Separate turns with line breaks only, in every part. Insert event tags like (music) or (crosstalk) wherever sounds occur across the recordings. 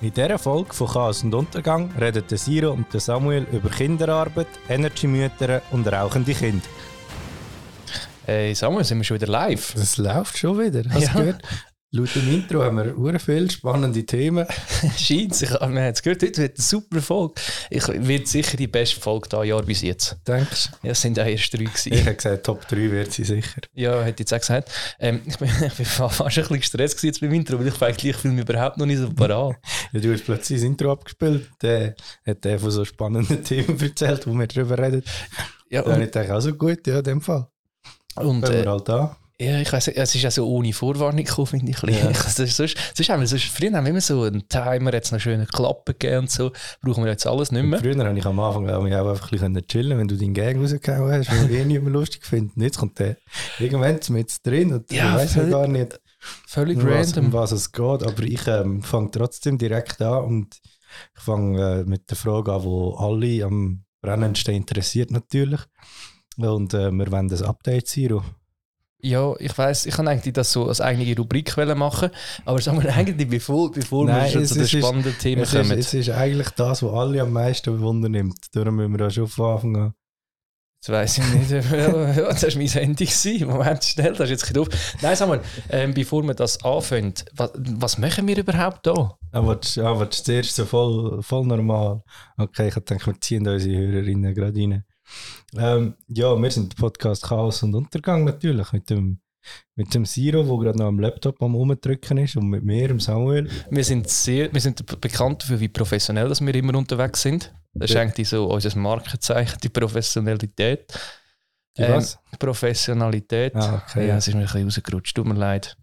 In dieser Folge von Chaos und Untergang reden der Siro und der Samuel über Kinderarbeit, Energymütter und rauchende Kinder.
Hey Äh, Samuel, sind wir schon wieder
(laughs)
live?
Das läuft schon wieder. Hast du
Ja.
gehört? Laut dem Intro haben wir hure viele spannende Themen.
Scheint, ich, man hat es gehört, heute wird eine super Folge. Ich wird sicher die beste Folge dieses Jahr bis jetzt.
Denkst
Ja, es sind auch erst drei
du? Ich
gewesen.
habe gesagt, Top 3 wird sie sicher.
Ja, hätte ich jetzt auch gesagt. Ähm, ich, bin, (laughs) ich bin fa- fast ein bisschen gestresst gewesen jetzt beim Intro, weil ich war gleich fühle mich überhaupt noch nicht so parat.
Ja, du hast plötzlich das Intro abgespielt. Der hat der von so spannenden (laughs) Themen erzählt, wo wir drüber reden.
Ja,
Da habe
und,
ich gedacht, also gut, ja, in dem Fall. Fangen
und äh,
wir halt an.
ja, ich weiss, nicht, es ist ja so ohne Vorwarnung gekommen, finde ich. ein bisschen. (laughs)
Ja.
Ich- sonst- sonst, sonst haben wir, sonst, früher haben wir immer so einen Timer, jetzt noch schöne Klappe gegeben und so. Brauchen wir jetzt alles nicht mehr.
Früher habe ich am Anfang auch, mich auch einfach ein bisschen chillen wenn du deinen Gang rausgehauen hast, weil wir eh nicht mehr lustig finden. Und Jetzt kommt der irgendwann mit drin und
Ja,
ich weiß ja
völlig
gar nicht,
Völlig
um was, um
random.
was es geht. Aber ich ähm, fange trotzdem direkt an und ich fange äh, mit der Frage an, wo alle am brennendsten interessiert natürlich. Und äh, wir wollen das Update, Zero.
Ja, ich weiß, ich kann eigentlich das so als eigene Rubrik wollen machen, aber sagen
(laughs)
wir eigentlich, bevor, bevor
Nein,
wir schon
es
zu den
ist- es-
spannenden Themen
Es ist,
kommen.
es ist eigentlich das, was alle am meisten Wunder nimmt. Darum müssen wir auch schon von Anfang an.
Jetzt weiss
(laughs)
ich nicht, ja, ja, das war mein Handy. gewesen. Moment, schnell, das ist jetzt ein bisschen doof. Nein, sag mal, ähm, bevor wir das anfangen, was, was machen wir überhaupt da?
Aber ja, das ist erst so voll, voll normal. Okay, ich denke, wir ziehen unsere Hörerinnen gerade rein. Ähm, ja, wir sind der Podcast Chaos und Untergang natürlich. Mit dem, mit dem Siro, der gerade noch am nou Laptop am Umdrücken ist, und mit mir, dem Samuel.
Wir sind, sehr, wir sind be- bekannt dafür, wie professionell dass wir immer unterwegs sind. Das ist
Ja.
eigentlich so unser Markenzeichen, die Professionalität.
Die
Ähm,
was?
Professionalität.
Ah, okay.
Ja, es ist mir ein bisschen rausgerutscht, tut mir leid.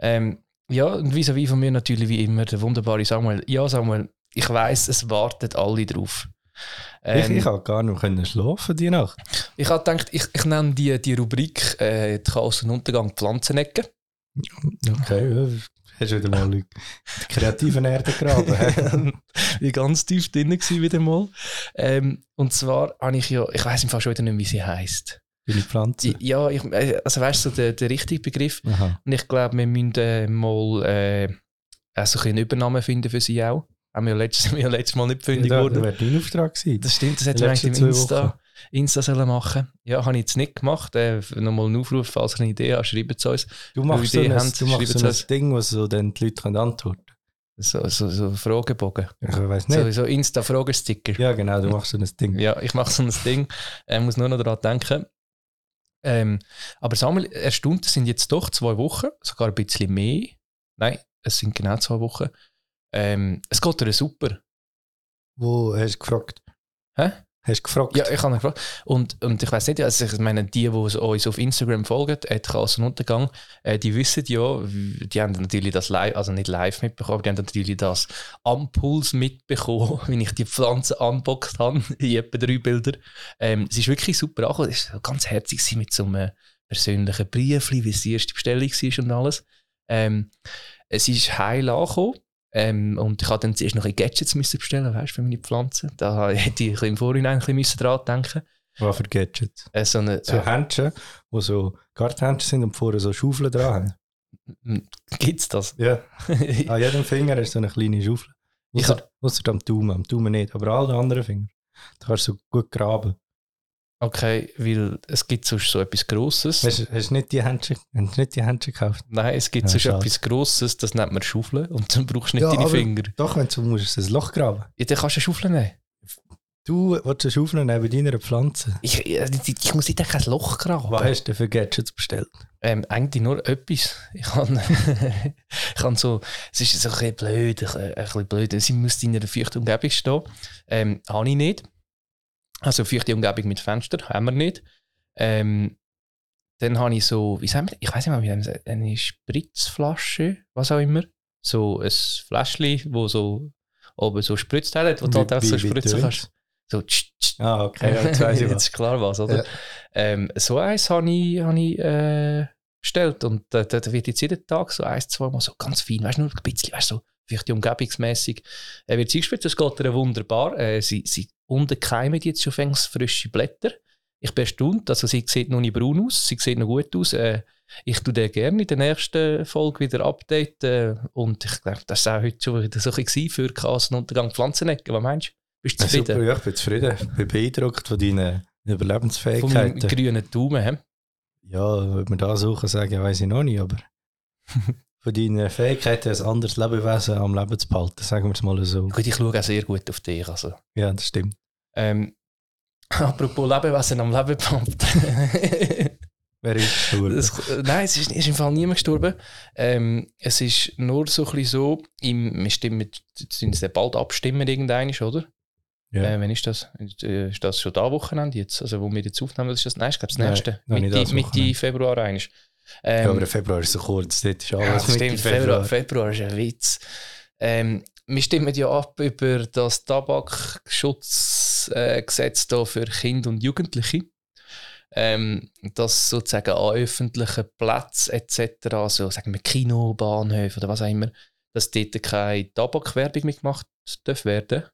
Ähm, ja, und vis-à-vis von mir natürlich wie immer der wunderbare Samuel. Ja, Samuel, ich weiß, es warten alle drauf.
Ich,
Ähm,
ich konnte gar nicht mehr schlafen die Nacht.
ich habe gedacht, ich, ich nenne die, die Rubrik äh, die Chaos und Untergang Pflanzenecke.
Okay, ja, hast du wieder mal die kreativen Erde
(laughs)
graben.
Wie ganz tief drin gewesen wieder mal. Ähm, und zwar habe ich ja, ich weiß im Fall schon wieder nicht, wie sie heißt.
Für die Pflanzen.
Ja, ich, äh, also weißt du, so der, der richtige Begriff
Aha.
Und ich glaube, wir müssen äh, mal äh, also einen Übernahme finden für sie auch. Haben wir ja letztes, (laughs) wir ja letztes Mal nicht fündig
Ja, das
geworden.
wäre dein Auftrag gewesen.
Das stimmt, das hätten wir
letzten
eigentlich im
zwei Wochen.
Insta, Insta sollen machen Ja, habe ich jetzt nicht gemacht. Äh, Nochmal einen Aufruf, falls ihr eine Idee habt, schreibt es uns.
Du machst so
Idee
ein,
haben,
du machst
schreiben
so
sie
ein
uns.
Ding, was so dann die Leute können antworten
So, so, so Fragebogen.
können. Ich weiß nicht.
So, so Insta-Fragesticker.
Ja, genau, du machst so ein Ding.
Ja, ich mache so ein Ding. Ich muss nur noch daran denken. Ähm, aber Samuel, erstaunt sind jetzt doch zwei Wochen, sogar ein bisschen mehr. Nein, es sind genau zwei Wochen. Ähm, es geht dir super.
Wo hast du gefragt?
Hä?
Hast du gefragt?
Ja, ich habe ihn gefragt. Und, und ich weiß nicht, also ich meine, die, die uns auf Instagram folgen, Chaos und Untergang, äh, die wissen ja, w- die haben natürlich das live, also nicht live mitbekommen, aber die haben natürlich das am Puls mitbekommen, (laughs) wenn ich die Pflanze unboxed habe, in etwa drei Bilder. Ähm, es ist wirklich super angekommen. Es war ganz herzig gewesen mit so einem persönlichen Brief, wie es die erste Bestellung war und alles. Ähm, es ist heil angekommen. Ähm, und ich hatte dann zuerst noch ein bisschen Gadgets müssen bestellen, weißt, für meine Pflanzen. Da (laughs) hätte ich ein bisschen im Vorhinein ein bisschen müssen dran denken.
Was für Gadgets?
Äh, so eine,
So Händchen, wo so Gartenhändchen sind und vorne so Schaufeln dran haben. (laughs)
gibt's das? (laughs)
Ja, an jedem Finger ist so eine kleine Schaufel.
Ich
Ausser, ausser am Daumen, am Daumen nicht, aber alle anderen Finger. Da kannst du so gut graben.
okay, weil es gibt sonst so etwas Grosses.
Hast hast du nicht die Händchen, hast du nicht die Händchen gekauft?
Nein, es gibt
Ja,
sonst
schade.
etwas Grosses, das nennt man Schaufeln und dann brauchst du nicht
Ja,
deine
aber-
Finger.
Doch, wenn du musst, du ein Loch graben.
Ja, dann kannst du eine Schaufel nehmen.
Du willst eine Schaufel neben deiner Pflanze.
Ich, ich, ich muss nicht einfach ein Loch graben.
Was hast du denn für Gadgets bestellt?
Ähm, eigentlich nur etwas. Ich kann, (laughs) ich kann so, es ist so ein bisschen blöd, ein, ein bisschen blöd. Sie müsste in einer feuchten Umgebung stehen. Ähm, habe ich nicht. Also feuchte Umgebung mit Fenster haben wir nicht. Ähm, dann habe ich so, wie sagen wir, ich weiß nicht mal, wie man sagt, eine Spritzflasche, was auch immer. So ein Fläschchen, wo so oben so spritzt hat, wo du
Wie-
halt auch so
wie- wie
spritzen
tönt's?
kannst. So tsch, tsch,
Ah, okay, ja, jetzt weiss (laughs)
(laughs)
ich was.
ist klar was, oder?
Ja.
Ähm, so eins habe ich, hab ich äh, bestellt und da, da, da wird jetzt jeden Tag so eins, zweimal so ganz fein, weißt du, nur ein bisschen, weißt du, so vielleicht umgebungsmässig äh, wird sie gespritzt. Das geht ihr wunderbar. Äh, sie, sie unten keimen jetzt schon fängs frische Blätter. Ich bin erstaunt, also sie sieht noch nicht braun aus, sie sieht noch gut aus. Äh, Ich tue den gerne in der nächsten Folge wieder updaten. Äh, Und ich glaube, das war auch heute schon wieder so ein bisschen für Kasenuntergang Pflanzenecken. Was meinst du? Bist du
Ja, super,
zufrieden?
ja, ich bin zufrieden. Ich bin beeindruckt von deinen
Von meinem
Überlebensfähigkeiten.
grünen Daumen. hä?
Ja, ob wir das suchen, sagen, weiß ich noch nicht, aber von deinen Fähigkeiten, ein anderes Lebewesen am Leben zu behalten, sagen wir es mal so.
Gut, ich schaue auch sehr gut auf dich. Also.
Ja, das stimmt.
Ähm, (laughs) apropos Lebewesen am Leben (laughs) behalten.
Wer ist schwul?
Es, äh, nein, es ist, ist im Fall niemand gestorben. Ähm, es ist nur so ein bisschen so, im, wir stimmen, sind es dann bald abstimmen irgendeinisch, oder?
Ja.
Äh, wann ist das? Äh, Ist das schon da Wochenende jetzt? Also wo wir jetzt aufnehmen, ist das? Nein, ich glaube das
Nein,
nächste.
noch nicht das
Mitte, Mitte
Wochenende.
Februar einisch.
ja,
Ähm,
aber Februar ist so kurz, dort ist alles
ja,
Mitte
stimmt, Februar, Februar ist ein Witz. Ähm, wir stimmen ja ab über das Tabakschutzgesetz äh, Gesetz da für Kinder und Jugendliche. Ähm, dass sozusagen an öffentlichen Plätzen etc., also sagen wir Kino, Bahnhöfe oder was auch immer, dass dort keine Tabakwerbung mehr gemacht darf werden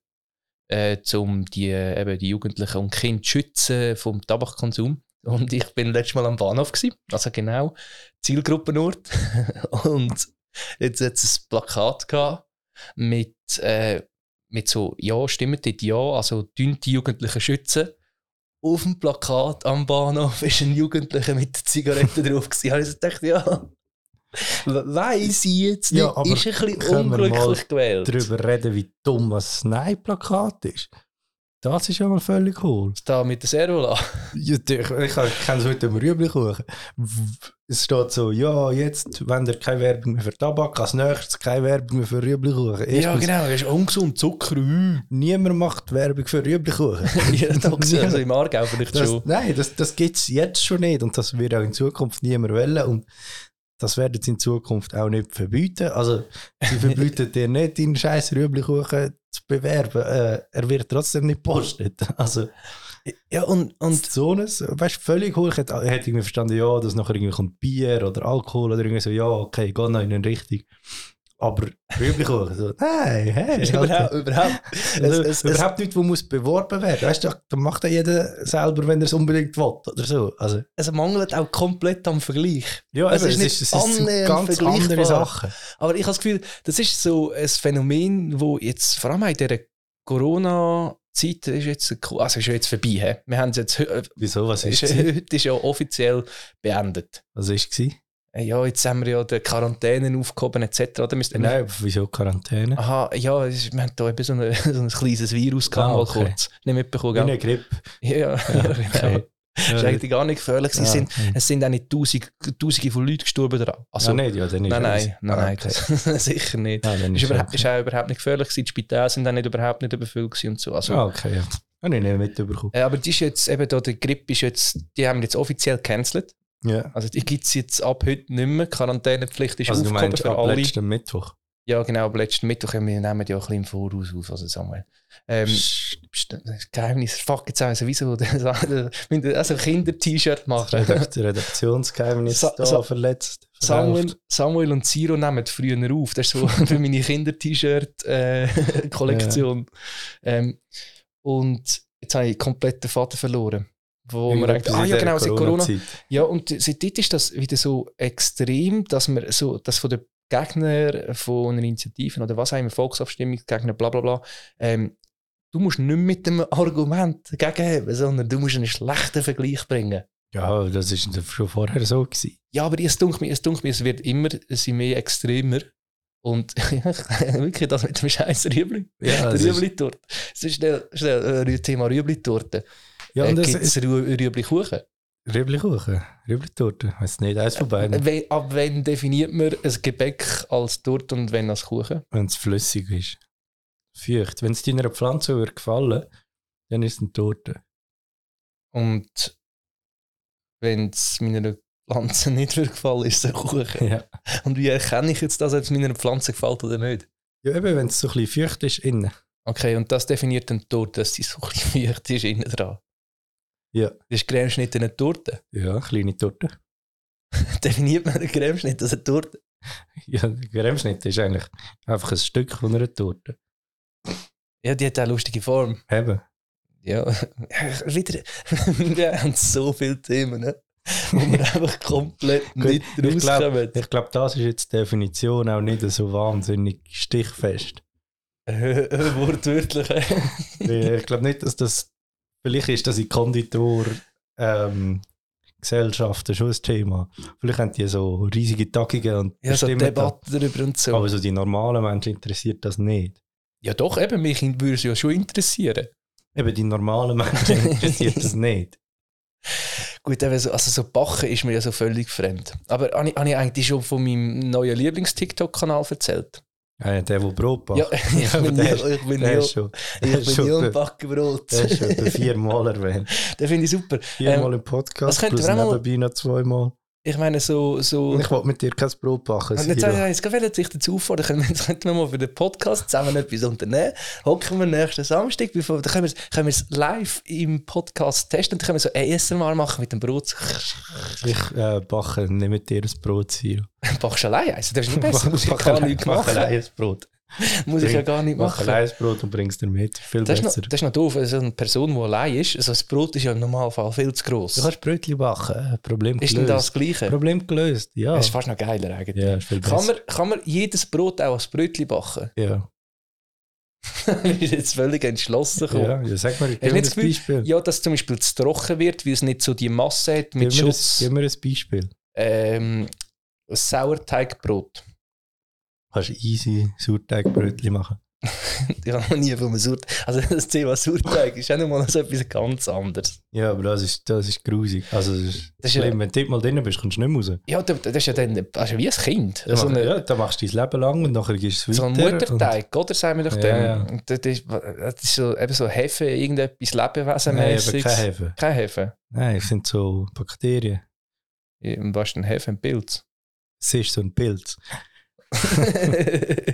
äh, um die, äh, eben die Jugendlichen und Kinder zu schützen vom Tabakkonsum. Und ich bin letztes Mal am Bahnhof, gewesen, also genau Zielgruppenort. (laughs) und jetzt hat es ein Plakat gehabt mit, äh, mit so, ja, stimmt dort ja, also dünn die Jugendlichen schützen. Auf dem Plakat am Bahnhof (laughs) war ein Jugendlicher mit der Zigarette drauf. Gewesen. Also ich dachte, ja, weiss ich jetzt nicht,
Ja,
ja,
aber
ist ein bisschen
können wir mal
unglücklich gewählt.
Darüber reden, wie dumm ein Snipe-Plakat ist. Das ist ja mal völlig cool.
Da mit der Servola.
Ja, ich ich kenne es heute im Rüblikuchen. W- Es steht so, ja, jetzt, wenn ihr keine Werbung mehr für Tabak, als nächstes keine Werbung mehr für Rüblikuchen.
(laughs) Ja,
Erstens,
genau, das ist ungesund, Zucker.
Niemand macht Werbung für Rüblikuchen.
(laughs) ja, doch, also im Aargau vielleicht
Das,
schon.
Nein, das, das gibt es jetzt schon nicht und das wird auch in Zukunft niemand wollen und das werden sie in Zukunft auch nicht verbieten. Also, sie
(laughs)
verbieten dir nicht, deinen scheiß Rüblikuchen zu bewerben. Äh, er wird trotzdem nicht postet. Also,
Ja, und,
und so eines, weißt du, völlig hoch. Ich hätte, hätte irgendwie verstanden, ja, dass nachher irgendwie kommt Bier oder Alkohol oder irgendwie so, ja, okay, geht noch nou in eine Richtung. Aber Rüblikuchen, so, nein, hey, Alter.
(laughs) überhaupt, überhaupt.
Also,
es, es, es,
überhaupt nichts, wo muss beworben werden. Weißt du, dann macht ja jeder selber, wenn er es unbedingt will oder so. Also,
es mangelt auch komplett am Vergleich.
ja,
Es
eben,
ist nicht annähernd vergleichbar. Aber ich habe das Gefühl, das ist so ein Phänomen, wo jetzt vor allem auch in dieser Corona-Zeit ist jetzt, also ist ja jetzt vorbei. hä? Wir haben es jetzt, hö-
Wieso, was
ist,
ist es?
heute ist ja offiziell beendet.
(laughs) Was ist es?
Ja, jetzt haben wir ja die Quarantänen aufgehoben etc. Oder? Wir-
Nein, wieso Quarantäne?
Aha, ja, es ist- wir haben da eben so, eine, (laughs) so ein kleines Virus gehabt,
Ah,
mal
okay.
kurz. Nicht mitbekommen,
Wie
gell?
eine Grippe.
Ja, (laughs) ja, genau. Das ist eigentlich gar nicht gefährlich.
Ja,
Es, sind,
okay.
es sind auch nicht tausend, tausende von Leuten gestorben daran. Also,
ah, nicht, ja, dann ist
nein,
alles-
nein, nein, nein,
Ah, okay.
das- (laughs) sicher nicht.
Ah, dann
Ist,
ist
überhaupt, ist auch überhaupt nicht gefährlich gewesen. Die Spitäler sind auch nicht, überhaupt nicht überfüllt gewesen und so. Also,
Ah, okay, ja. Habe ich nicht mitbekommen.
äh, aber die ist jetzt eben da, der Grip ist jetzt, die haben wir jetzt offiziell gecancelt.
Ja.
Also die gibt es jetzt ab heute nicht mehr. Quarantänepflicht ist
Also, du
aufgehoben
meinst,
für
ab
alle.
letzten Mittwoch.
Ja, genau, ab letzten Mittwoch, wir nehmen ja ein bisschen im Voraus auf, also Samuel. Ähm, Psst, das ist ein Geheimnis, fuck, jetzt haben wir sowieso (laughs) das- müssen wir also Kinder-T-Shirt machen. (laughs)
Das Redaktionsgeheimnis
Sa-
da
sa-
verletzt.
Samuel, Samuel und Ciro nehmen früher auf. Das ist so (laughs) für meine (laughs) Kinder-T-Shirt-Kollektion. ähm, und jetzt habe ich komplett den Vater verloren. Wo man denkt, ah ja genau, seit Corona. Ja, und seitdem ist das wieder so extrem, dass man so, dass von den Gegner von einer Initiative oder was auch immer, Volksabstimmung, Gegner, bla bla bla, ähm, du musst nicht mit dem Argument gegenhaben, sondern du musst einen schlechten Vergleich bringen.
Ja, das war schon vorher so. Gewesen.
Ja, aber es dunkt mir, es dunkt mir, es wird immer, es sind mehr extremer. (laughs) Und wirklich das mit dem scheiß Rüebli.
Ja, dus- das ist,
Rüebli-Torte. Es ist schnell, schnell, äh, Thema Rüebli-Torte.
ja, dus
äh,
und das
Gibt
ist
es Rüebli-Kuchen?
Rüblitorte. Rüblitorte. Weiss nicht, eins von beiden.
We- Ab wann definiert man ein Gebäck als Torte und wenn als Kuchen?
Wenn es flüssig ist. Feucht. Wenn es deiner Pflanze würde gefallen, dann ist es eine
(laughs)
Torte.
Und wenn es meiner (laughs) Pflanze nicht würde gefallen, ist es ein Kuchen.
Ja.
Und wie erkenne ich jetzt das, ob es meiner Pflanze gefällt oder nicht?
Ja, eben, wenn es so ein bisschen feucht ist innen.
Okay, und das definiert dann die Torte, dass die so ein bisschen feucht ist innen dran.
Ja.
Das ist Cremeschnitt eine Torte. (laughs)
Ja, kleine Torte. (laughs)
Definiert man einen Cremeschnitt als eine Torte?
Ja, der Cremeschnitt ist eigentlich einfach ein Stück von einer Torte.
Ja, die hat auch lustige Form.
Eben.
(laughs) Ja, wieder, wir haben so viele Themen. Ne? wo
(laughs)
wir einfach komplett
Gut,
nicht
ich glaub-
rauskommen.
Ich glaube, das ist jetzt die Definition auch nicht so wahnsinnig
(laughs)
stichfest.
Wortwörtlich.
Weil ich glaube nicht, dass das. Vielleicht ist das in Konditor-Gesellschaften schon ein Thema. Vielleicht haben die so riesige Tagungen und
Ja, so
bestimmen das.
Debatten darüber und so.
Aber so die normalen Menschen interessiert das nicht.
Ja, doch, eben, mich würde es ja schon interessieren.
Eben die normalen Menschen
(laughs)
interessiert das nicht.
Gut, eben so, also so Bachen ist mir ja so völlig fremd. Aber habe ich, habe ich eigentlich schon von meinem neuen Lieblings-TikTok-Kanal erzählt?
Äh, der, der Brot backt,
Ja, (laughs)
(laughs)
ich
aber
bin
der
ja,
ist-
ich bin
der
ja,
ist schon,
ich
der ist
bin
schon
ja ein
der-
Backenbrot.
der ist schon etwa viermal erwähnt.
(laughs) Den finde ich super.
Viermal im
das
Podcast,
könnten
plus
wir auch mal-
nebenbei noch zweimal.
Ich meine, so... so
Und ich wollte mit dir kein Brot backen,
Und jetzt
Siro.
habe ich jetzt gerade sich dazu auffordern, können wir- (laughs) jetzt könnten wir mal für den Podcast zusammen etwas unternehmen. Hocken wir nächsten Samstag, bevor, dann können wir, es- können wir es live im Podcast testen und dann können wir so ASMR machen mit dem Brot. (laughs)
Ich äh, backe nicht mit dir ein Brot, Siro.
Backst du allein eins? Das
(laughs)
ist nicht besser. Muss ich
Backe
gar
allein-
nicht
backe
machen.
allein ein Brot.
Muss ich ja gar nicht
Mach
machen.
allein ein Brot und bringst dir mit. Viel
Das ist, noch,
besser.
das ist noch doof, also eine Person, die allein ist, also das Brot ist ja im Normalfall viel zu
Du
gross.
kannst Brötchen backen. äh, Problem
Ist
gelöst.
denn das Gleiche?
Problem gelöst, ja.
Das ist fast noch geiler eigentlich.
Ja, ist viel besser.
Kann man, kann man jedes Brot auch als Brötchen backen? (laughs)
ja.
Du bist jetzt völlig entschlossen gekommen.
Ja, ja, sag mal, gib
nicht
mir
das
ein
Gefühl-
Beispiel.
Ja, dass zum Beispiel zu trocken wird, weil es nicht so die Masse hat mit
gib, mir ein,
Schutz.
gib mir ein Beispiel.
Ähm, Sauerteigbrot. (laughs)
Kannst easy Sauerteigbrötchen machen.
Ich habe noch nie von einem Sauerteig. Also das Thema Sauerteig ist auch nochmal so etwas ganz anderes.
Ja, aber das ist, das ist grusig. Also, das ist
Das ist ja-
schlimm. Wenn du dort mal drin bist, kommst du nicht mehr raus.
Ja, da- das ist ja dann also wie ein Kind.
Ja,
So, eine,
ja, dann machst du dein Leben lang und nachher gehst du
so ein
weiter und-
Mutterteig, oder? Sagen wir doch
Ja, ja.
dem. Und Das ist, das ist so, eben so Hefe, irgendetwas
Nein, aber
Lebewesenmäßiges.
keine Hefe.
Keine Hefe.
Nein, es sind so Bakterien.
Was ist denn Hefe?
(laughs)
Ein Pilz. (laughs)
Es ist so ein Pilz.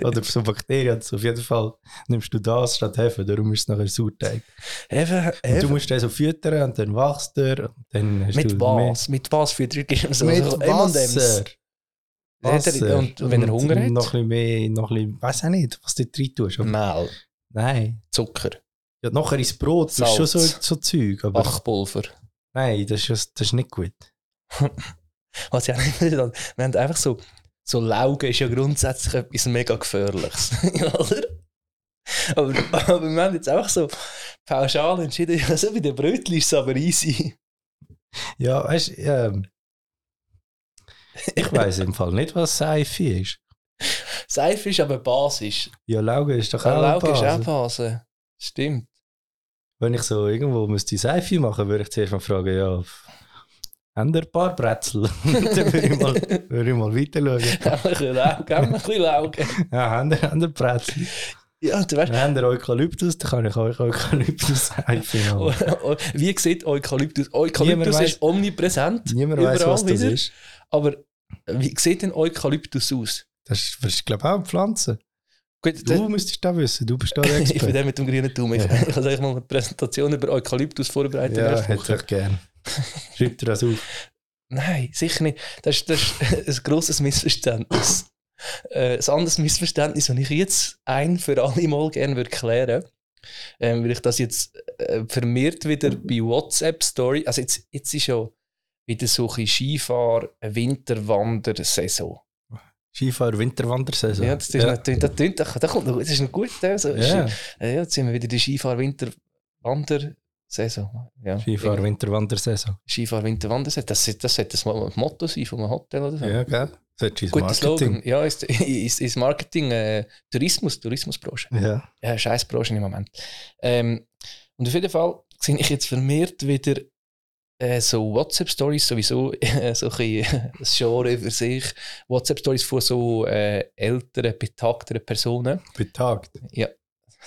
Oder so Bakterien. Also auf jeden Fall nimmst du das statt Hefe. Darum ist es nachher Sauerteig.
Hefe,
Und du
Hefe.
musst den so füttern und dann wächst er. Und dann hast du
Mit
mehr-
was? Mit was für drei (laughs) Gehirn?
Mit
M&Ms.
Wasser.
Hat er, und wenn er Hunger hat?
Noch ein bisschen mehr, noch ein bisschen, weiß auch nicht, was du dort rein tust. aber-
Mehl,
Nein.
Zucker,
Ja, nachher ins Brot, das ist
Salz.
schon so, so Zeug. Aber
Backpulver.
nein, das ist, ja- das ist nicht gut.
Was (laughs) ich auch nicht verstehe, wir haben einfach so, so Laugen ist ja grundsätzlich etwas mega (laughs) Gefährliches, oder? Aber, aber wir haben jetzt einfach so pauschal (laughs) entschieden, ja, so bei den Brötchen ist es aber easy.
Ja, weißt du, ähm, ich weiß im Fall nicht, was Seife ist.
Seife ist aber Basis.
Ja, Lauge ist doch auch
Lauge ist auch
Basis.
Basis. Stimmt. (laughs)
Wenn ich so irgendwo müsste Seife machen, würde ich zuerst mal fragen, ja, f- haben ihr ein paar Brezel? (laughs) dann würde ich mal, würde ich mal weiter schauen.
Haben wir ein bisschen Lauge, haben wir ein bisschen Lauge.
Ja, haben ihr, haben ihr Brezel?
Ja, du weißt,
Haben ihr Eukalyptus? Dann kann ich euch Eukalyptus-Seife machen.
(laughs) wie sieht Eukalyptus? Eukalyptus
Niemand
ist omnipräsent.
Niemand weiß,
überall
was das
wieder.
ist.
Aber wie sieht denn Eukalyptus aus?
Das ist, das ist glaube ich, auch eine Pflanze.
Gut,
Du müsstest das wissen, du bist da der
(laughs) Ich bin
Experte.
der mit dem grünen Daumen. Ich
Ja.
ich habe eigentlich mal eine Präsentation über Eukalyptus vorbereitet.
ja,
nächste
hätte
Woche.
ich gern. Schreib dir das auf.
Nein, sicher nicht. Das ist, das ist (laughs) ein grosses Missverständnis. Äh, Ein anderes Missverständnis, das ich jetzt ein für alle Mal gerne würde klären ähm, weil ich das jetzt äh, vermehrt wieder bei WhatsApp-Story, also jetzt, jetzt ist ja wieder so ein bisschen Skifahr-, Winterwander-Saison.
Skifahrer, Winterwandersaison.
Ja, das, ist
ja.
Noch, das, das, tönt- das, kommt noch, das ist noch gut. Also,
ja.
Eh, Ja, jetzt sind wir wieder in der Skifahrer-Winter-Wander-Saison. Ja.
Skifahrer, Winterwandersaison.
Skifahrer-Winter-Wander-Saison. Das, sollte- das sollte das mal das Motto sein vom Hotel oder so.
Ja, gell? Das ist
Guter
Marketing.
Slogan. Ja, ist, (laughs) ist, ist Marketing, äh, Tourismus, Tourismusbranche.
Ja.
Ja, scheiß Branche im Moment. Ähm, und auf jeden Fall sehe ich jetzt vermehrt wieder äh, so WhatsApp-Stories, sowieso (laughs) äh, so ein bisschen das Genre für sich. WhatsApp-Stories von so äh, älteren, betagteren Personen.
Betagt.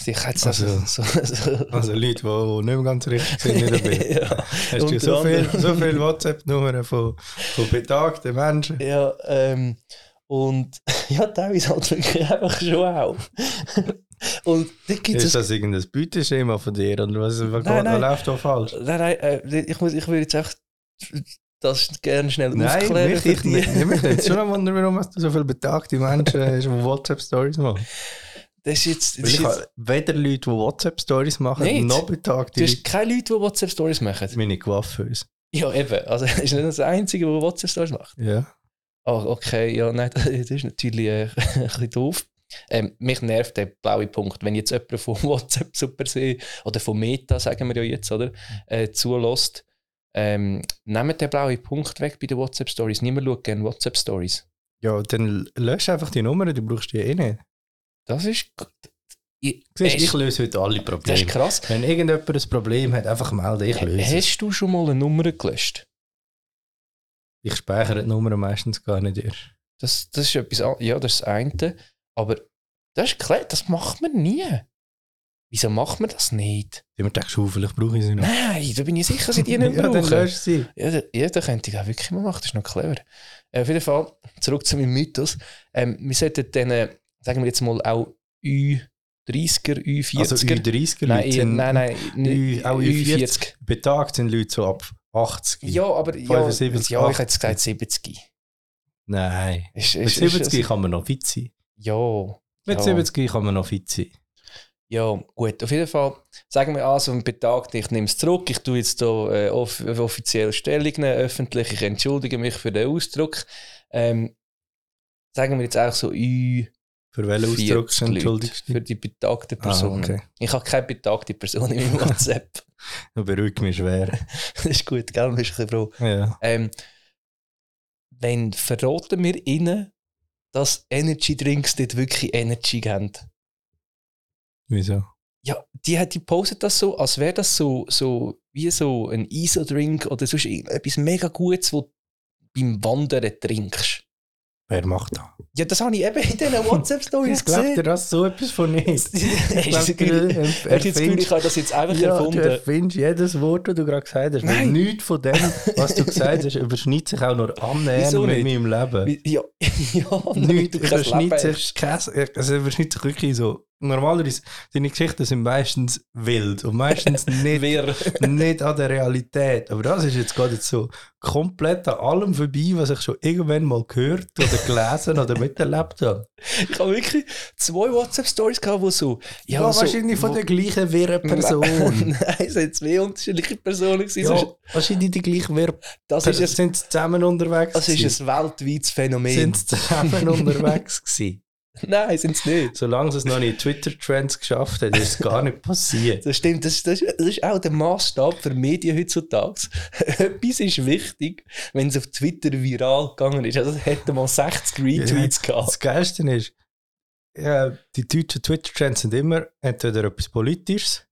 Ich hätte
Also-
so, so, so,
Also Leute, die nicht mehr ganz richtig sind
(laughs)
in der Bild.
ja.
Hast du
Unter
so viele
anderem.
so viel WhatsApp-Nummern von, von betagten Menschen?
Ja, ähm, und (laughs) ja, teilweise halt wirklich einfach schon auch. (laughs) und da gibt
Ist
es.
das irgendein Beuteschema von dir? Oder was, was
Nein, nein.
läuft da falsch?
Nein, nein, äh, ich, muss, ich würde jetzt echt das gerne schnell
Nein,
aufklären.
mich
für
nicht. Mich
die.
mich nicht. Schon am wundern, warum hast du so viele betagte Menschen hast, die WhatsApp-Stories machen.
(laughs) Das ist jetzt.
Weil
Das ist
ich
jetzt
habe weder Leute, die WhatsApp-Stories machen,
Nicht.
noch betagte
du
Leute.
hast keine Leute, die WhatsApp-Stories machen.
Meine Coiffeuse.
Ja, eben. Also, (laughs) es ist nicht das Einzige, was WhatsApp-Stories macht.
Ja.
Ah, okay, ja, nein, (laughs) das ist natürlich äh, (laughs) ein bisschen doof. Ähm, mich nervt der blaue Punkt. Wenn jetzt jemand von (laughs) WhatsApp super sehe, oder von Meta, sagen wir ja jetzt, oder, äh, zulässt, ähm, nehmt den blauen Punkt weg bei den WhatsApp-Stories. Niemand schaut gerne WhatsApp-Stories.
Ja, dann lösch einfach die Nummer, du brauchst die eh nicht.
Das ist. gut. Ich,
Siehst,
Hast-
ich löse heute alle
das
Probleme.
ist krass.
Wenn irgendjemand ein Problem hat, einfach melden, ich löse es.
Hast du schon mal eine Nummer gelöscht?
Ich speichere die Nummer meistens gar nicht erst.
Das, das ist etwas an- Ja, das ist das eine. Aber das ist klar, das macht man nie. Wieso macht man das nicht?
Immer denkst du, vielleicht brauche ich sie noch.
Nein, da bin ich sicher, dass ich
(laughs)
die nicht
ja, dann
brauchen.
lösch sie.
Ja, da- ja, da könnte ich auch wirklich mal machen, das ist noch clever. Äh, auf jeden Fall, zurück zu meinem Mythos. Ähm, wir sollten dann, äh, sagen wir jetzt mal, auch Ü30er, Ü40er.
Also Ü30er
nein,
Leute
eher-
sind,
nein, nein,
Ü- auch Ü40.
Ü40.
betagt sind Leute so ab 80.
Ja, aber ja,
75,
ja, ich hätte jetzt gesagt 70.
Nein.
Ist,
Mit
ist, ist-
70 kann man noch fit sein.
ja.
Mit
Ja.
70 kann man noch fit sein.
Ja, gut. Auf jeden Fall sagen wir also, ein Betagter, ich nehme es zurück, ich tue jetzt hier äh, off offiziell Stellung nehmen, öffentlich, ich entschuldige mich für den Ausdruck. Ähm, sagen wir jetzt auch so Ü.
Für welchen
40
Ausdruck entschuldigst
Leute
du? Ah,
Für die betagte Person.
okay.
Ich habe keine betagte Person in
(laughs)
meinem WhatsApp.
Das beruhigt mich schwer.
das ist gut, gell? Du bist ein bisschen froh.
ja.
Ähm, wenn verraten wir ihnen, dass Energy Drinks dort wirklich Energy haben?
Wieso?
Ja, die, hat- die postet das so, als wäre das so, so wie so ein ISO-Drink oder sonst etwas mega Gutes, wo du beim Wandern trinkst.
Wer macht das?
Ja, das habe ich eben
(laughs)
in diesen WhatsApp-Stories
Jetzt glaubt ihr
gesehen.
das so etwas von nicht.
(laughs) Hast du das
Glaubt ihr,
Gefühl-
er-
hast du das Gefühl, ich
erfindest-
habe das jetzt einfach
Ja, du
erfunden?
erfindest jedes Wort, das du gerade gesagt hast.
Nein.
Weil nichts von dem, was du gesagt hast, überschneidet sich auch nur
Wieso
annähernd mit meinem Leben.
Wie- Ja, (laughs) ja damit
Nichts
du kein Leben
überschneidet
hast.
sich, kein, also überschneidet sich wirklich so. Normalerweise, deine Geschichten sind meistens wild und meistens nicht (laughs)
Wer?
nicht an der Realität. Aber das ist jetzt gerade jetzt so komplett an allem vorbei, was ich schon irgendwann mal gehört oder gelesen oder miterlebt habe.
Ich habe wirklich zwei WhatsApp-Stories gehabt, wo so.
Ja,
so,
wahrscheinlich von
wo-
der gleichen wirren
(laughs)
Person.
Nein, es sind zwei unterschiedliche Personen. gewesen.
ja,
Sonst-
wahrscheinlich die gleiche wirren
Das ist ein,
Sind sie zusammen unterwegs
das
gewesen?
ist ein weltweites Phänomen.
Sind sie zusammen (laughs) unterwegs gewesen?
Nein, sind es nicht.
Solange sie es noch nicht Twitter-Trends geschafft hat, ist es gar nicht passiert.
Das stimmt, das, das, das ist auch der Maßstab für Medien heutzutage. (laughs) Etwas ist wichtig, wenn es auf Twitter viral gegangen ist. Also, das hätte mal 60 Retweets
(laughs)
gehabt.
Das Geilste ist, ja, die deutschen Twitter-Trends sind immer entweder etwas Politisches,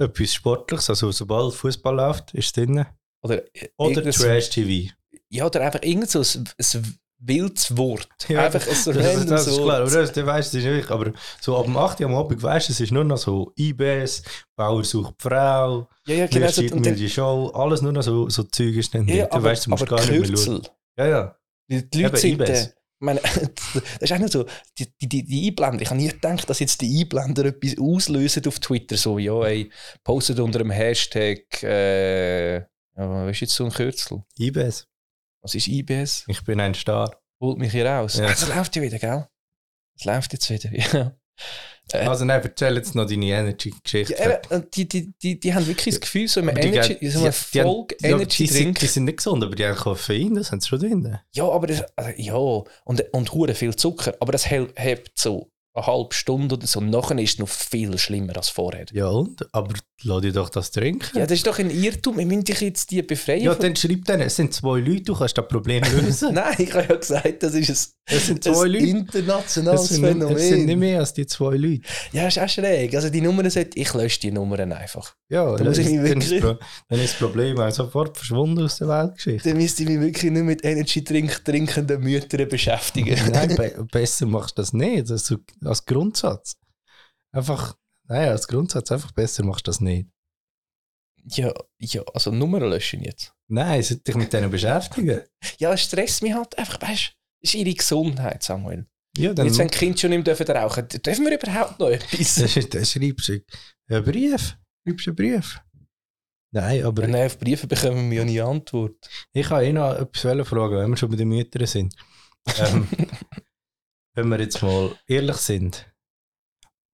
etwas Sportliches, also sobald Fußball läuft, ist es drin.
Oder,
Oder
irgendein-
Trash-TV.
Ja, oder einfach irgend so ein, ein wildes Wort.
(laughs) Ja,
einfach ein
(laughs) Das, das, das ist
Wort.
klar, aber das, das weißt du nicht. Aber so ab dem 8. Uhr am Abend weißt du, es ist nur noch so IBS, Bauer sucht Frau,
Ja, ja,
genau,
genau.
mir
So,
steht
und
mir
dann,
die Show, alles nur noch so, so Zeug ist dann
ja,
dort. Du weißt, du musst gar nicht mehr schauen.
Kürzel.
Ja, ja.
Weil Die Leute
Eben,
sind.
IBS.
Äh, ich (laughs) meine, das ist auch nicht so, die, die- die, die Einblender, ich habe nie gedacht, dass jetzt die Einblender etwas auslösen auf Twitter, so, ja, ey, postet unter dem Hashtag, äh, ja, was ist jetzt so ein Kürzel?
IBS.
Was ist IBS?
Ich bin ein Star.
Holt mich hier raus.
Ja.
Ah, Das läuft ja wieder, gell? Das läuft jetzt wieder, (laughs) ja. Äh,
Also nein, erzähl jetzt noch deine Energy-Geschichte.
Ja, eben, und die, die, die, die haben wirklich das Gefühl, so eine
Aber die
Energy,
gehen-
so eine
die- die haben- Ja, aber die, sind, die
Folge-Energy-Drink.
sind nicht gesund, aber die haben Koffein, das haben sie schon drin.
Ja, aber das, also, ja, und, und hure viel Zucker. Aber das hält hebt so eine halbe Stunde oder so. Nachher ist es noch viel schlimmer als vorher.
Ja und? Aber lass dich doch das trinken.
Ja, das ist doch ein Irrtum. Wir müssen dich jetzt die befreien.
Ja,
von-
dann schreib denen, es sind zwei Leute, du kannst das
(laughs)
Problem lösen.
Nein, ich habe ja gesagt, das ist
Es sind
ein,
zwei
ein
Leute. Es
internationales
sind, nicht,
Phänomen.
es sind nicht mehr als die zwei Leute.
ja, ist auch schräg. Also die Nummern sollte ich lösche die Nummern einfach.
Ja,
Da muss ich mich
dann, ist das
wirklich-
Pro- dann ist das Problem auch sofort verschwunden aus der Weltgeschichte.
Dann müsste ich mich wirklich nicht mit Energy-Drink trinkenden Müttern beschäftigen.
(laughs) Nein,
(laughs)
be besser machst du das nicht, das ist so, als Grundsatz. Einfach, nein, als Grundsatz einfach besser machst du das nicht.
Ja, ja, also Nummern löschen jetzt.
Nein, sollte dich mit denen beschäftigen.
Ja, es stresst mich halt einfach, weißt du, das ist ihre Gesundheit, Samuel.
Ja, dann,
Jetzt, wenn die Kinder schon nicht mehr dürfen rauchen, d- dürfen wir überhaupt noch etwas?
Das ist- (laughs) Dann schreibst du einen Brief. Schreibst du einen Brief. Nein, aber
Nein, auf Briefe bekommen wir ja nie Antwort.
ich habe eh noch etwas wollen fragen, wenn wir schon bei den Müttern sind.
(laughs)
Ähm, wenn wir jetzt mal ehrlich sind,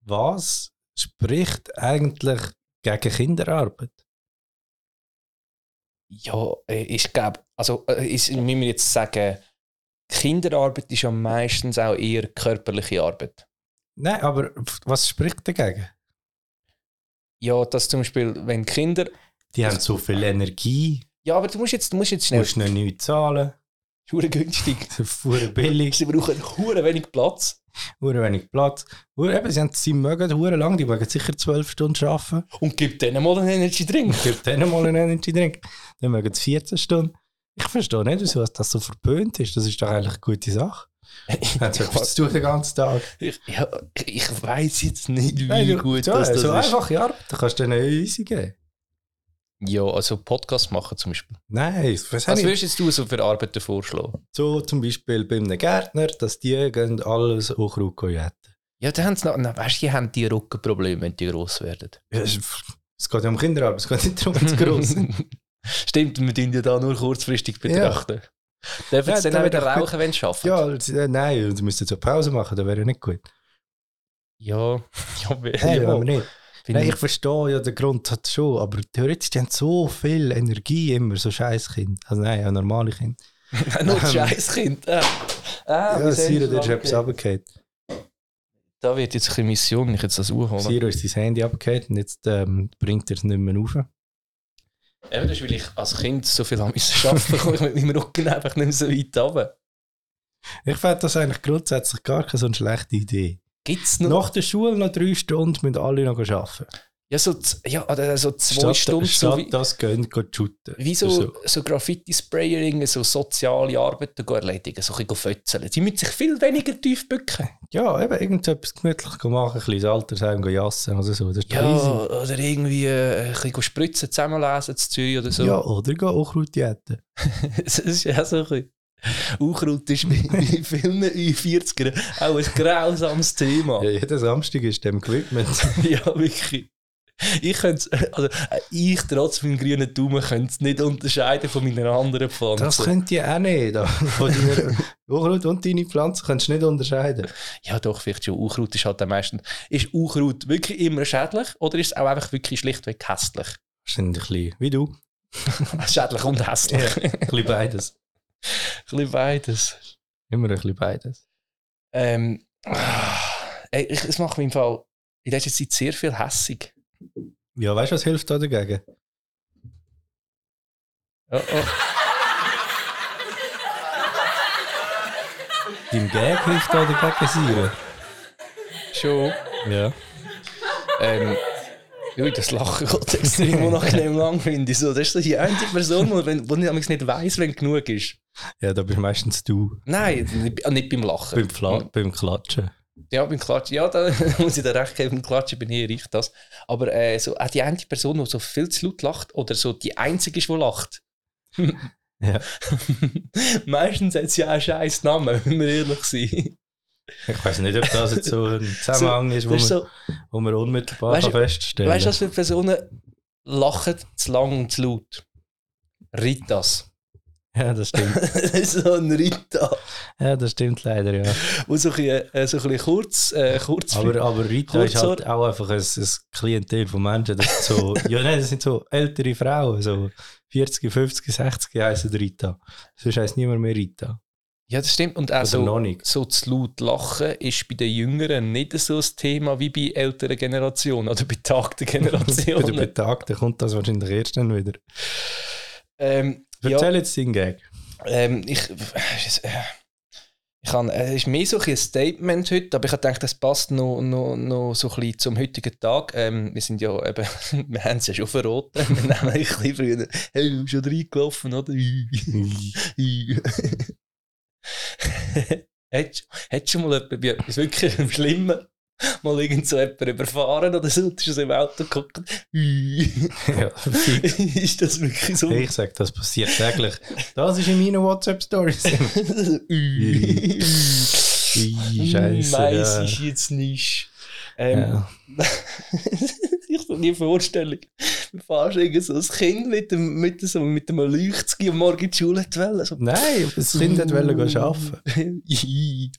was spricht eigentlich gegen Kinderarbeit?
Ja, äh, ich glaube, also äh, ist, müssen wir jetzt sagen, Kinderarbeit ist ja meistens auch eher körperliche Arbeit.
Nein, aber was spricht dagegen?
Ja, dass zum Beispiel, wenn Kinder.
Die haben so viel Energie,
Ja, aber du musst jetzt, du musst jetzt
du
schnell.
musst noch nichts zahlen,
Hure günstig.
sie sind billig,
Sie brauchen hure wenig Platz.
hure wenig Platz. Hure, eben, sie, haben, sie mögen hure lang, die mögen sicher zwölf Stunden
(laughs)
arbeiten.
Und gib denen mal einen Energy Drink.
Gib denen mal einen Energy Drink. Dann mögen sie 14 Stunden. Ich verstehe nicht, wieso das so verpönt ist. Das ist doch eigentlich eine gute
(laughs)
Sache. Haben sie etwas zu tun den ganzen Tag.
Ich, ja, ich weiß jetzt nicht, wie
Nein,
gut
so,
das, das
so
ist.
einfache Arbeit, da kannst du denen easy geben.
Ja, also Podcast machen zum Beispiel.
Nein, was habe
Was
ich
würdest jetzt du so für Arbeiten vorschlagen?
So zum Beispiel bei einem Gärtner, dass die gehen alles auch Rucoyetten.
Ja, dann haben sie noch, na, weißt, du, die haben die Rückenprobleme, wenn die
(laughs)
gross werden.
Es es geht ja um Kinderarbeit, es geht nicht darum, wenn sie gross sind.
Stimmt, wir tun ja da nur kurzfristig betrachten. Dürfen
Ja,
sie dann
dann
auch wieder
wird doch
rauchen, wenn sie arbeiten?
Ja, als- äh, nein, sie müssten so Pause machen, das wäre ja nicht gut.
Ja, (laughs) ja, wir-
Nein,
ja.
aber nicht.
Bin
Nein,
ich-
ich verstehe ja den Grund hat schon, aber theoretisch die haben so viel Energie immer, so scheiß Kind. Also nein, ja, normale Kind.
Nur
(laughs) Ähm.
scheiß Kind. Ah, ah,
ja,
wie soll
Siro,
ich
der
das
ist etwas
abgeben?
runtergefallen.
Da wird jetzt ein bisschen Mission, wenn ich jetzt das anhole.
Siro ist sein Handy runtergefallen und jetzt ähm, bringt er es nicht mehr rauf.
Eben, das ist, weil ich als Kind so viel am arbeiten (laughs) komme ich mit meinem Rücken einfach nicht mehr so weit runter.
Ich fände das eigentlich grundsätzlich gar keine so eine schlechte Idee.
Gibt es noch?
Nach der Schule noch drei Stunden müssen alle noch arbeiten.
Ja, so, z- ja, oder so zwei Stunden.
statt
So wie,
das gehen, gehen shooten.
wie so, so. Graffiti-Spraying, so soziale Arbeiten go erledigen, so ein bisschen fötzeln. Sie müssen sich viel weniger tief bücken.
Ja, eben irgendetwas gemütlich gehen machen, ein bisschen ins Altersheim gehen jassen oder so. Das ist doch
Ja,
easy.
oder irgendwie äh, ein bisschen spritzen, zusammenlesen zu Zürich oder so.
Ja,
(laughs)
oder gehen auch Kraut jäten.
Es ist ja so ein bisschen. Unkraut ist (laughs) bei, bei vielen Ü40ern auch ein grausames Thema.
Ja, jeden Samstag ist dem (laughs) gewidmet.
(laughs) ja, wirklich. Ich könnte also äh, ich trotz meinem grünen Daumen könnte es nicht unterscheiden von meinen anderen Pflanzen.
Das könnt ihr auch nicht. da. Von deiner Unkraut und deine Pflanzen kannst du nicht unterscheiden.
ja, doch, vielleicht schon. Unkraut ist halt am meisten. Ist Unkraut wirklich immer schädlich oder ist es auch einfach wirklich schlichtweg hässlich? (laughs)
Wahrscheinlich ein bisschen, wie du.
schädlich und hässlich. (laughs)
Ein bisschen beides.
Ein bisschen beides.
Immer ein bisschen beides.
Ähm, ah, ey, ich, es macht mich im Fall in letzter Zeit sehr viel hässig.
Ja, weißt du, was hilft da dagegen?
Oh, oh.
Dein Gag hilft da dagegen, Sire.
Schon.
Ja.
Ähm, ui, das Lachen geht (laughs) extrem unangenehm lang, finde ich. So, das ist so die einzige Person, die wenn- wo ich manchmal nicht weiss, wenn genug ist.
Ja, da bist meistens du.
Nein, nicht, nicht beim Lachen.
Beim, Fla beim Klatschen.
Ja, beim Klatschen. Ja, da (laughs) muss ich dir recht geben. Beim Klatschen bin ich ich das. Aber äh, so, auch die einzige Person, die so viel zu laut lacht oder so die einzige ist, die lacht.
(laughs) Ja.
(laughs) Meistens hat sie auch einen scheiß Namen, (laughs) wenn wir ehrlich sind.
Ich weiß nicht, ob das jetzt (laughs) so ein Zusammenhang ist, wo
Das
man,
ist so,
wo man unmittelbar
Weißt du-
kann feststellen
Weißt du, was für Personen lachen zu lang und zu laut? Ritas. (laughs)
Ja, das stimmt.
so ein Rita,
(laughs) Ja, das stimmt leider, ja.
der so ein bisschen, äh, so ein bisschen kurz, äh, kurz
Aber, aber Rita ist halt auch einfach ein, ein Klientel von Menschen. Das sind
(laughs)
so, ja, nein, das sind so ältere Frauen, so 40, 50, 60 heißen Rita. Sonst heisst niemand mehr Rita.
Ja, das stimmt. Und auch
Also
so,
noch nicht.
so zu laut lachen ist bei den Jüngeren nicht so ein Thema wie bei älteren Generationen oder
(laughs)
betagten
Bei den
Generationen.
Betagten kommt das wahrscheinlich erst dann wieder.
ähm, ja,
Erzähl jetzt deinen
(laughs)
Gag.
ähm, ich, äh, ich habe, es ist mehr so ein bisschen ein Statement heute, aber ich habe gedacht, das passt noch, noch, noch so ein bisschen zum heutigen Tag. Ähm, wir sind ja eben, (laughs) wir haben es ja schon verraten, wir nehmen ein bisschen früher, hey, schon reingelaufen, oder? (laughs) Hättest hättest du mal jemanden, bei etwas wirklich (laughs) im Schlimmen, mal irgend so jemanden überfahren oder so, du hast im Auto geguckt.
ja,
(laughs) ist das wirklich so? (laughs)
ich sage, das passiert täglich. Das ist in meinen
(laughs)
WhatsApp-Stories. Ui, Scheisse,
Mais
ja.
ist jetzt nicht. Ähm,
Ja.
(laughs) ich kann mir vorstellen, du fährst irgend so ein Kind mit, dem, mit, so, mit einem Leuchtski am Morgen in die Schule zu wollen. So,
Nein, das Kind hat wollen gehen arbeiten.
(laughs)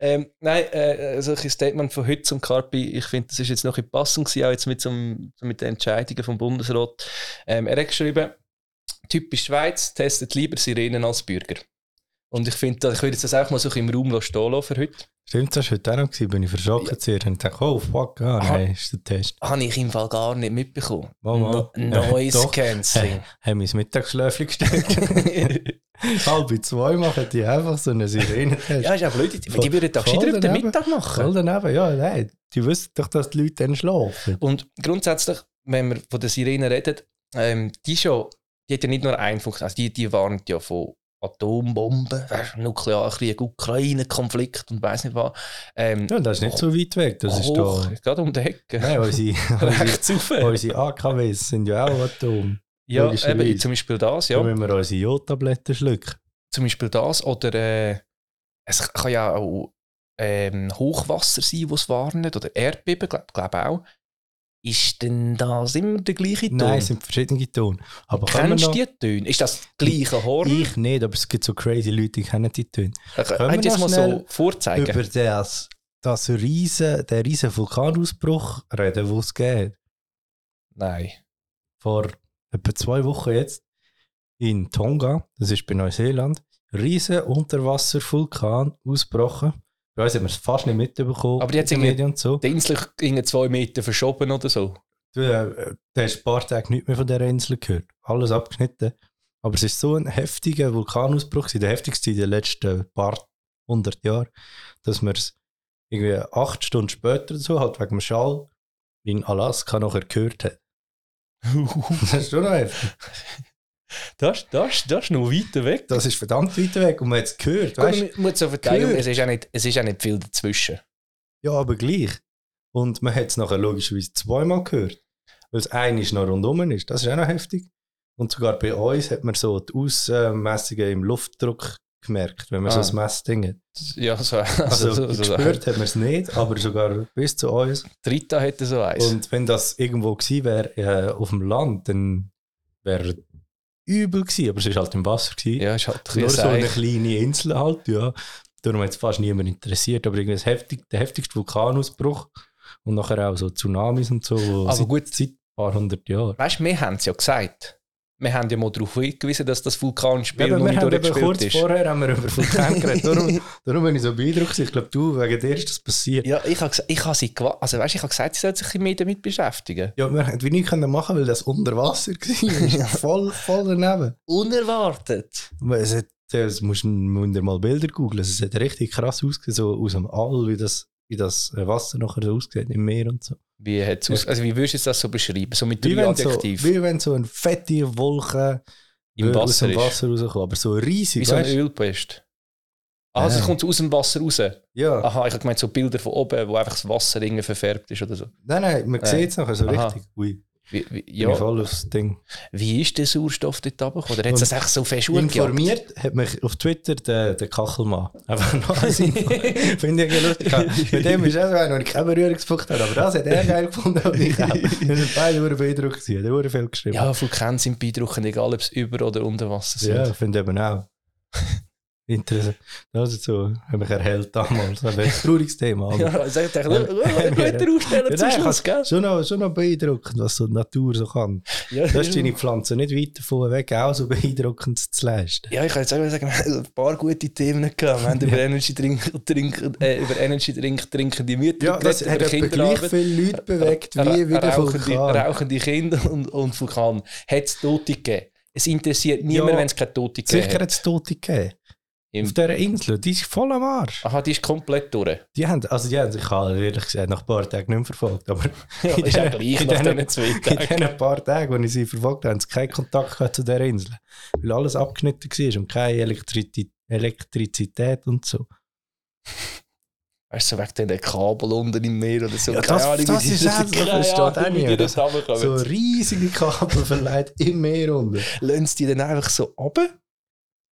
ähm, nein, äh, so ein Statement von heute zum Carpi, ich finde, das ist jetzt noch in Passung gewesen, auch jetzt mit, so, einem- mit den Entscheidungen vom Bundesrat. Ähm, er hat geschrieben, typisch Schweiz, testet lieber Sirenen als Bürger. Und ich finde, da- ich würde jetzt das auch mal so ein bisschen im Raum lassen stehen lassen für heute.
Stimmt, das war heute auch noch, gewesen, bin ich verschockt zuerst und dachte, oh fuck, ah,
Aha.
nein, ist der Test.
Habe ich im Fall gar nicht mitbekommen.
Mal, mal. Ja,
Noise
doch. (laughs)
Cancelling.
Haben wir ins Mittagsschläfchen gestellt.
(laughs)
Halb zwei machen die einfach so eine Sirene-Test.
ja, ist auch blöd. Die, die würden doch
Voll
gescheiter über den
daneben.
Mittag machen.
Voll daneben, ja, nein. Die wissen doch, dass die Leute dann schlafen.
Und grundsätzlich, wenn wir von der Sirene reden, ähm, die, schon, die hat ja nicht nur einen Funktion, also die, die warnt ja von Atombomben, weisst du, Nuklearkrieg, Ukraine-Konflikt und weiß nicht was. Ähm,
Ja, das ist nicht so weit weg, das ist
hoch,
da.
Gerade um die Ecke.
Nein,
(laughs)
unsere, unsere,
Rechts rauf.
unsere AKWs sind ja auch Atom.
Ja,
logischerweise.
eben, zum Beispiel das,
Da
ja.
müssen wir unsere Jodtabletten schlucken.
Zum Beispiel das. Oder äh, es kann ja auch ähm, Hochwasser sein, das es warnt, oder Erdbeben, glaube glaub auch. Ist denn das immer der gleiche Ton?
Nein, es sind verschiedene Töne. Aber können
Kennst
wir
du
noch,
die Töne? Ist das das gleiche Horn?
Ich nicht, aber es gibt so crazy Leute, die kennen die Töne.
Kann ich
wir
das mal
noch
so
schnell
vorzeigen?
Über das, das riesen, den riesen Vulkanausbruch reden, wo es geht.
Nein.
Vor etwa zwei Wochen jetzt in Tonga, das ist bei Neuseeland, riesen Unterwasservulkan ausgebrochen. Bei uns haben wir es fast nicht mitbekommen.
Aber die hat's
in den
irgendwie-
Medien und so.
Die Insel ging zwei Meter verschoben oder so. (laughs)
Du, äh, du hast ein paar Tage nichts mehr von dieser Insel gehört. Alles abgeschnitten. Aber es ist so ein heftiger Vulkanausbruch, gewesen, der heftigste in den letzten paar hundert Jahren, dass wir es irgendwie acht Stunden später so halt wegen dem Schall in Alaska noch gehört hat. (laughs) Das ist schon noch heftig.
Das, das, das ist noch weiter weg.
Das ist verdammt weit weg und man hat es gehört.
Gut,
Weißt?
man muss so verteilen,
gehört.
es ist, ja nicht, es ist ja nicht viel dazwischen.
Ja, aber gleich. Und man hat es nachher logischerweise zweimal gehört. Weil es eine noch rundum ist. Das ist auch noch heftig. Und sogar bei uns hat man so die Ausmessungen im Luftdruck gemerkt, wenn man
Ah.
so ein Messding hat.
Ja, so,
Also,
also, so, so, so.
gespürt hat man es nicht, aber sogar bis zu uns.
Dritta hätte so eins.
Und wenn das irgendwo gewesen wäre, äh, auf dem Land, dann wäre übel gewesen, aber es war halt im Wasser. Gewesen.
Ja, ist halt ein
Nur so eine
bisschen
kleine Insel halt, ja. Darum hat es fast niemand interessiert. Aber irgendwie das heftig, der heftigste Vulkanausbruch und nachher auch so Tsunamis und so. wo
Aber
seit,
gut.
Seit ein paar hundert Jahren.
Weißt du, wir haben es ja gesagt. Wir haben ja mal darauf hingewiesen, dass das Vulkanspiel
Eben,
noch
wir
nicht
haben eben
durchgespielt
kurz
ist.
vorher haben wir über Vulkan geredet. Darum, (laughs) darum bin ich so beeindruckt. gewesen. Ich glaube, du, wegen dir ist das passiert. Ja,
Ja, ich habe ich hab sie gewa- also, weißt, du, ich hab gesagt, sie soll sich ein bisschen mehr damit beschäftigen.
wir hätten wie nichts können machen weil das unter Wasser (laughs) war. voll, voll daneben.
Unerwartet.
Aber Es hat, das musst, musst du mal Bilder googeln. Es hat richtig krass ausgesehen, so aus dem All, wie das, wie das Wasser nachher so aussieht im Meer und so.
Wie, hat's aus, also, wie würdest du das so beschreiben? So mit
Wie
drei
wenn, so,
Adjektiven.
wie wenn so eine fette Wolke
Im
aus
Wasser
dem
ist.
Wasser rauskommt, aber so riesig.
Wie so ein
weißt du?
Ölpest. Ah, also es
Nein.
kommt aus dem Wasser raus.
Ja,
Aha, ich habe gemeint, so Bilder von oben, wo einfach das Wasser irgendwie verfärbt ist oder so.
nein, nein, man
Nein.
sieht es nachher so
Eh, Aha.
richtig. Ui,
Wie, wie,
ja. bin ich
ja.
voll aufs dus Ding.
wie ist der Sauerstoff dort runtergekommen? Oder hat es
Und
das echt so fest hochgejagt?
Informiert hat mich auf Twitter der, der Kachelmann. Einfach noch ein
(laughs)
Info- Finde ich lustig. Mit dem ist auch so einer, der keinen Berührungspunkt hat, aber das hat er geil gefunden und ich auch. Wir sind beide sehr beeindruckt gewesen, er hat sehr viel geschrieben.
Ja, Vulkane sind beeindruckend, egal ob es über oder unter Wasser sind.
Ja, finde ich eben
(laughs)
auch. nou. Interessant. Das ist so, hat mich erhellt damals. Aber ein trauriges Thema. Aber
Ja, sagt er,
Ja.
guter Aufsteller
Ja,
zum
nein,
Schluss, gell?
Schon noch, schon noch beeindruckend, was so die Natur so (laughs) kann.
Ja,
Das ist deine Pflanze nicht weit davon weg, auch so beeindruckend zu leisten.
Ja, ich kann jetzt auch mal sagen, wir haben ein paar gute Themen gehabt. Wir haben über Energy Drink, Drink, äh, über Energy Drink trinkende Mütter
Ja, das
geredet,
hat
über
etwa gleich
Kinderarbeit.
viele Leute bewegt
Ra-
wie, wie der
rauchende,
Vulkan.
rauchende Kinder und, und Vulkan. Hat es Tote gegeben? Es interessiert niemand,
Ja,
wenn es keine Tote gegeben
Sicher
hat.
hat es Tote gegeben.
Im-
Auf dieser Insel, die ist voll am Arsch.
Aha, die ist komplett durch.
Die haben, also die haben, ich habe ehrlich gesagt nach ein paar Tagen nicht mehr verfolgt, aber (laughs)
Ja,
In
ist ja
den-
gleich
in
nach
den-
diesen zwei
in
Tagen.
diesen paar Tagen, als ich sie verfolgt habe, haben sie keinen Kontakt gehabt zu dieser Insel. Weil alles abgeschnitten war und keine Elektri Elektrizität und so.
Weißt du, so wegen diesen Kabel unten im Meer oder so.
Ja,
Keine
das-
Ahnung,
das
wie die-
ist auch- das
keine
versteht
Ahnung,
auch
wie die
niemand.
das
So
runterkommen.
riesige Kabel verleiht im Meer unten.
Lassen sie die dann einfach so runter?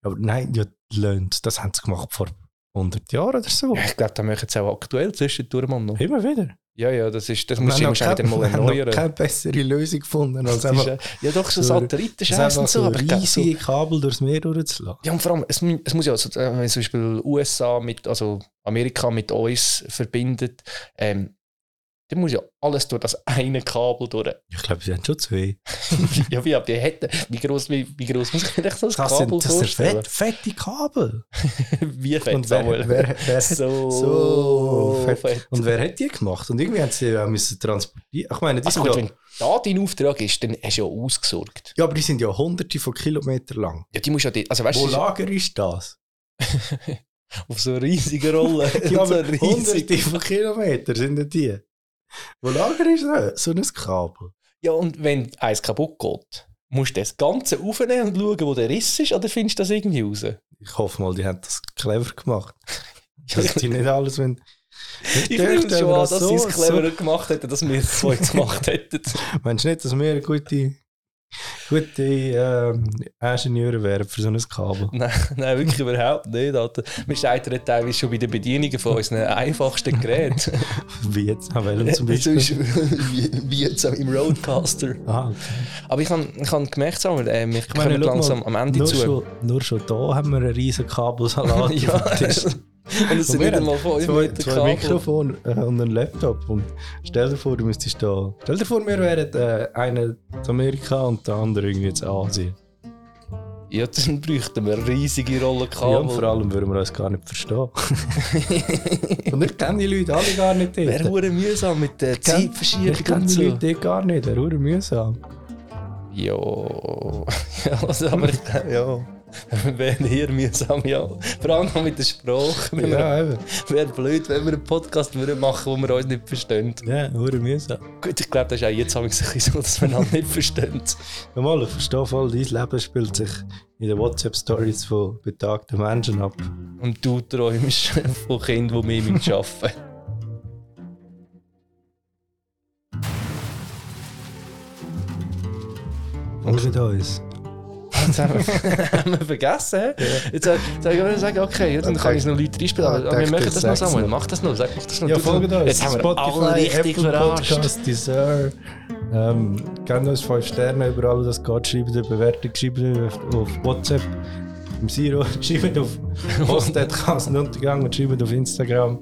Aber nein, ja, lönt. Das haben sie gemacht vor 100 Jahren oder so.
Ja, ich glaube, da machen sie auch aktuell zwischendurch mal noch.
Immer wieder.
Ja, ja, das, ist, das
Wir
musst
haben
du
noch
wahrscheinlich
keine-
mal
wir haben noch
erneuern.
keine bessere Lösung gefunden,
Das
als
ist,
einfach,
äh, ja, doch, so
so-
Satellitenscheiß
einfach
und so.
so
Aber ich glaub, so
riesige Kabel durchs Meer durchzulassen.
ja, und vor allem, es, mu- es muss ja, so, äh, wenn zum Beispiel USA mit, also Amerika mit uns verbindet, ähm, dann muss ja alles durch das eine Kabel durch. (laughs)
Ich glaube, sie haben schon zwei.
ja, wie, habt ihr hätte, wie groß wie, wie groß muss ich mir echt so ein
Das
Kabel
sind, das sind
vorstellen?
fett, fette Kabel.
(laughs) Wie fett,
Und wer,
Samuel?
wer, wer,
(laughs) so,
so
fett.
fett. und wer hat die gemacht? Und irgendwie haben sie ja müssen transportieren. Ich meine, die
Also
sind
gut,
ja,
wenn da dein Auftrag ist, dann hast du ja ausgesorgt.
ja, aber die sind ja hunderte von Kilometern lang.
Ja, die musst ja, die, also weißt
Wo
du,
Lager ist das?
(laughs) auf so riesiger (laughs) Rolle.
Ja,
so
aber
riesig.
hunderte von Kilometern sind denn die. Wo Lager ist das? So ein Kabel.
Ja, und wenn eins kaputt geht, musst du das Ganze aufnehmen und schauen, wo der Riss ist, oder findest du das irgendwie raus?
Ich hoffe mal, die haben das clever
(laughs)
gemacht. Dass die nicht alles wenn
Ich nehme schon an, dass sie es cleverer gemacht hätten, dass wir es so jetzt gemacht
(laughs)
hätten.
Meinst du nicht, dass wir gute, gute ähm, Ingenieure wären für so ein Kabel? (laughs)
Nein, nein, wirklich überhaupt nicht, Alter. Wir scheitern teilweise schon bei den Bedienungen von unseren einfachsten Geräten.
(laughs) Wie jetzt an welchem
(laughs)
zum
Das
Beispiel?
ist wie, wie jetzt im Roadcaster.
Ah,
Aber ich habe ich hab gemerkt, Samuel, äh, wir
meine,
kommen
schau mal,
langsam am Ende
nur,
zu.
schon, nur schon da haben wir einen riesen
(laughs)
Kabelsalat.
ja,
auf dem Tisch.
und es sind
wir
nicht
haben
einmal fünf
Zwei,
Meter
zwei
Kabel.
Mikrofone äh, und einen Laptop. Und stell dir vor, du müsstest da. Stell dir vor, wir wären äh, einer in Amerika und der andere irgendwie in Asien.
Ja, dann bräuchten wir riesige Rollen
Ja, und vor
Kabel.
allem würden wir uns gar nicht (laughs) verstehen. und ich kenne die Leute alle gar nicht. dort.
Wäre hure mühsam mit der
Gell? Ich
Zeitverschiebung
kenne
und
die
so.
Leute dort gar nicht. Wäre verdammt mühsam.
Ja, (laughs) ja also, aber ich ja. Wäre hier mühsam, ja. Vor allem noch mit der Sprache. Wenn wir-
Ja, eben.
Wäre blöd, wenn wir einen Podcast würden machen würden, wo wir uns nicht verstehen.
Ja, verdammt mühsam.
Gut, ich glaube, das ist auch jetzt manchmal ein bisschen so, dass wir einander nicht verstehen.
Ja, mal, ich verstehe voll, dein Leben spielt sich in den WhatsApp-Stories von betagten Menschen ab.
Und du träumst von Kindern, die mehr arbeiten
(laughs)
müssen.
Hört uns.
Das (laughs) haben wir, haben wir vergessen. hä? Jetzt sag jetzt sag ich aber, sag, okay, jetzt, dann
Ja,
kann
denk-
ich es noch Leute reinspielen.
Ja,
Aber aber wir
denk,
machen
das
das noch,
sag's
Samuel.
noch.
Mach das noch, sag, mach das noch.
Ja,
Du-
folgt uns.
Jetzt haben wir alle richtig
Apple
verarscht.
Podcast, Deezer. Ähm, gebt uns 5 Sterne überall, wo das geht. Schreibt eine Bewertung, schreibt auf, auf WhatsApp. Im Siro, (laughs) schreibt auf Postet Untergang und schreibt auf
(laughs)
Instagram.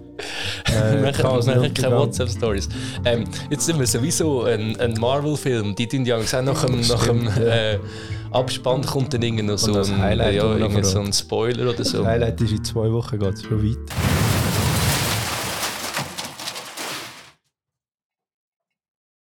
Wir
Äh,
machen, wir machen keine
Chaosenuntergang.
WhatsApp-Stories. Ähm, jetzt sind wir sowieso ein, ein Marvel-Film. Die tun ja gesagt, nach dem, nach dem
Stimmt, ja.
äh, Abspann kommt dann irgend noch so
das
ein,
Highlight
ja,
kommt noch
irgend
raus.
so ein Spoiler oder so.
Highlight ist in zwei Wochen geht es schon weit.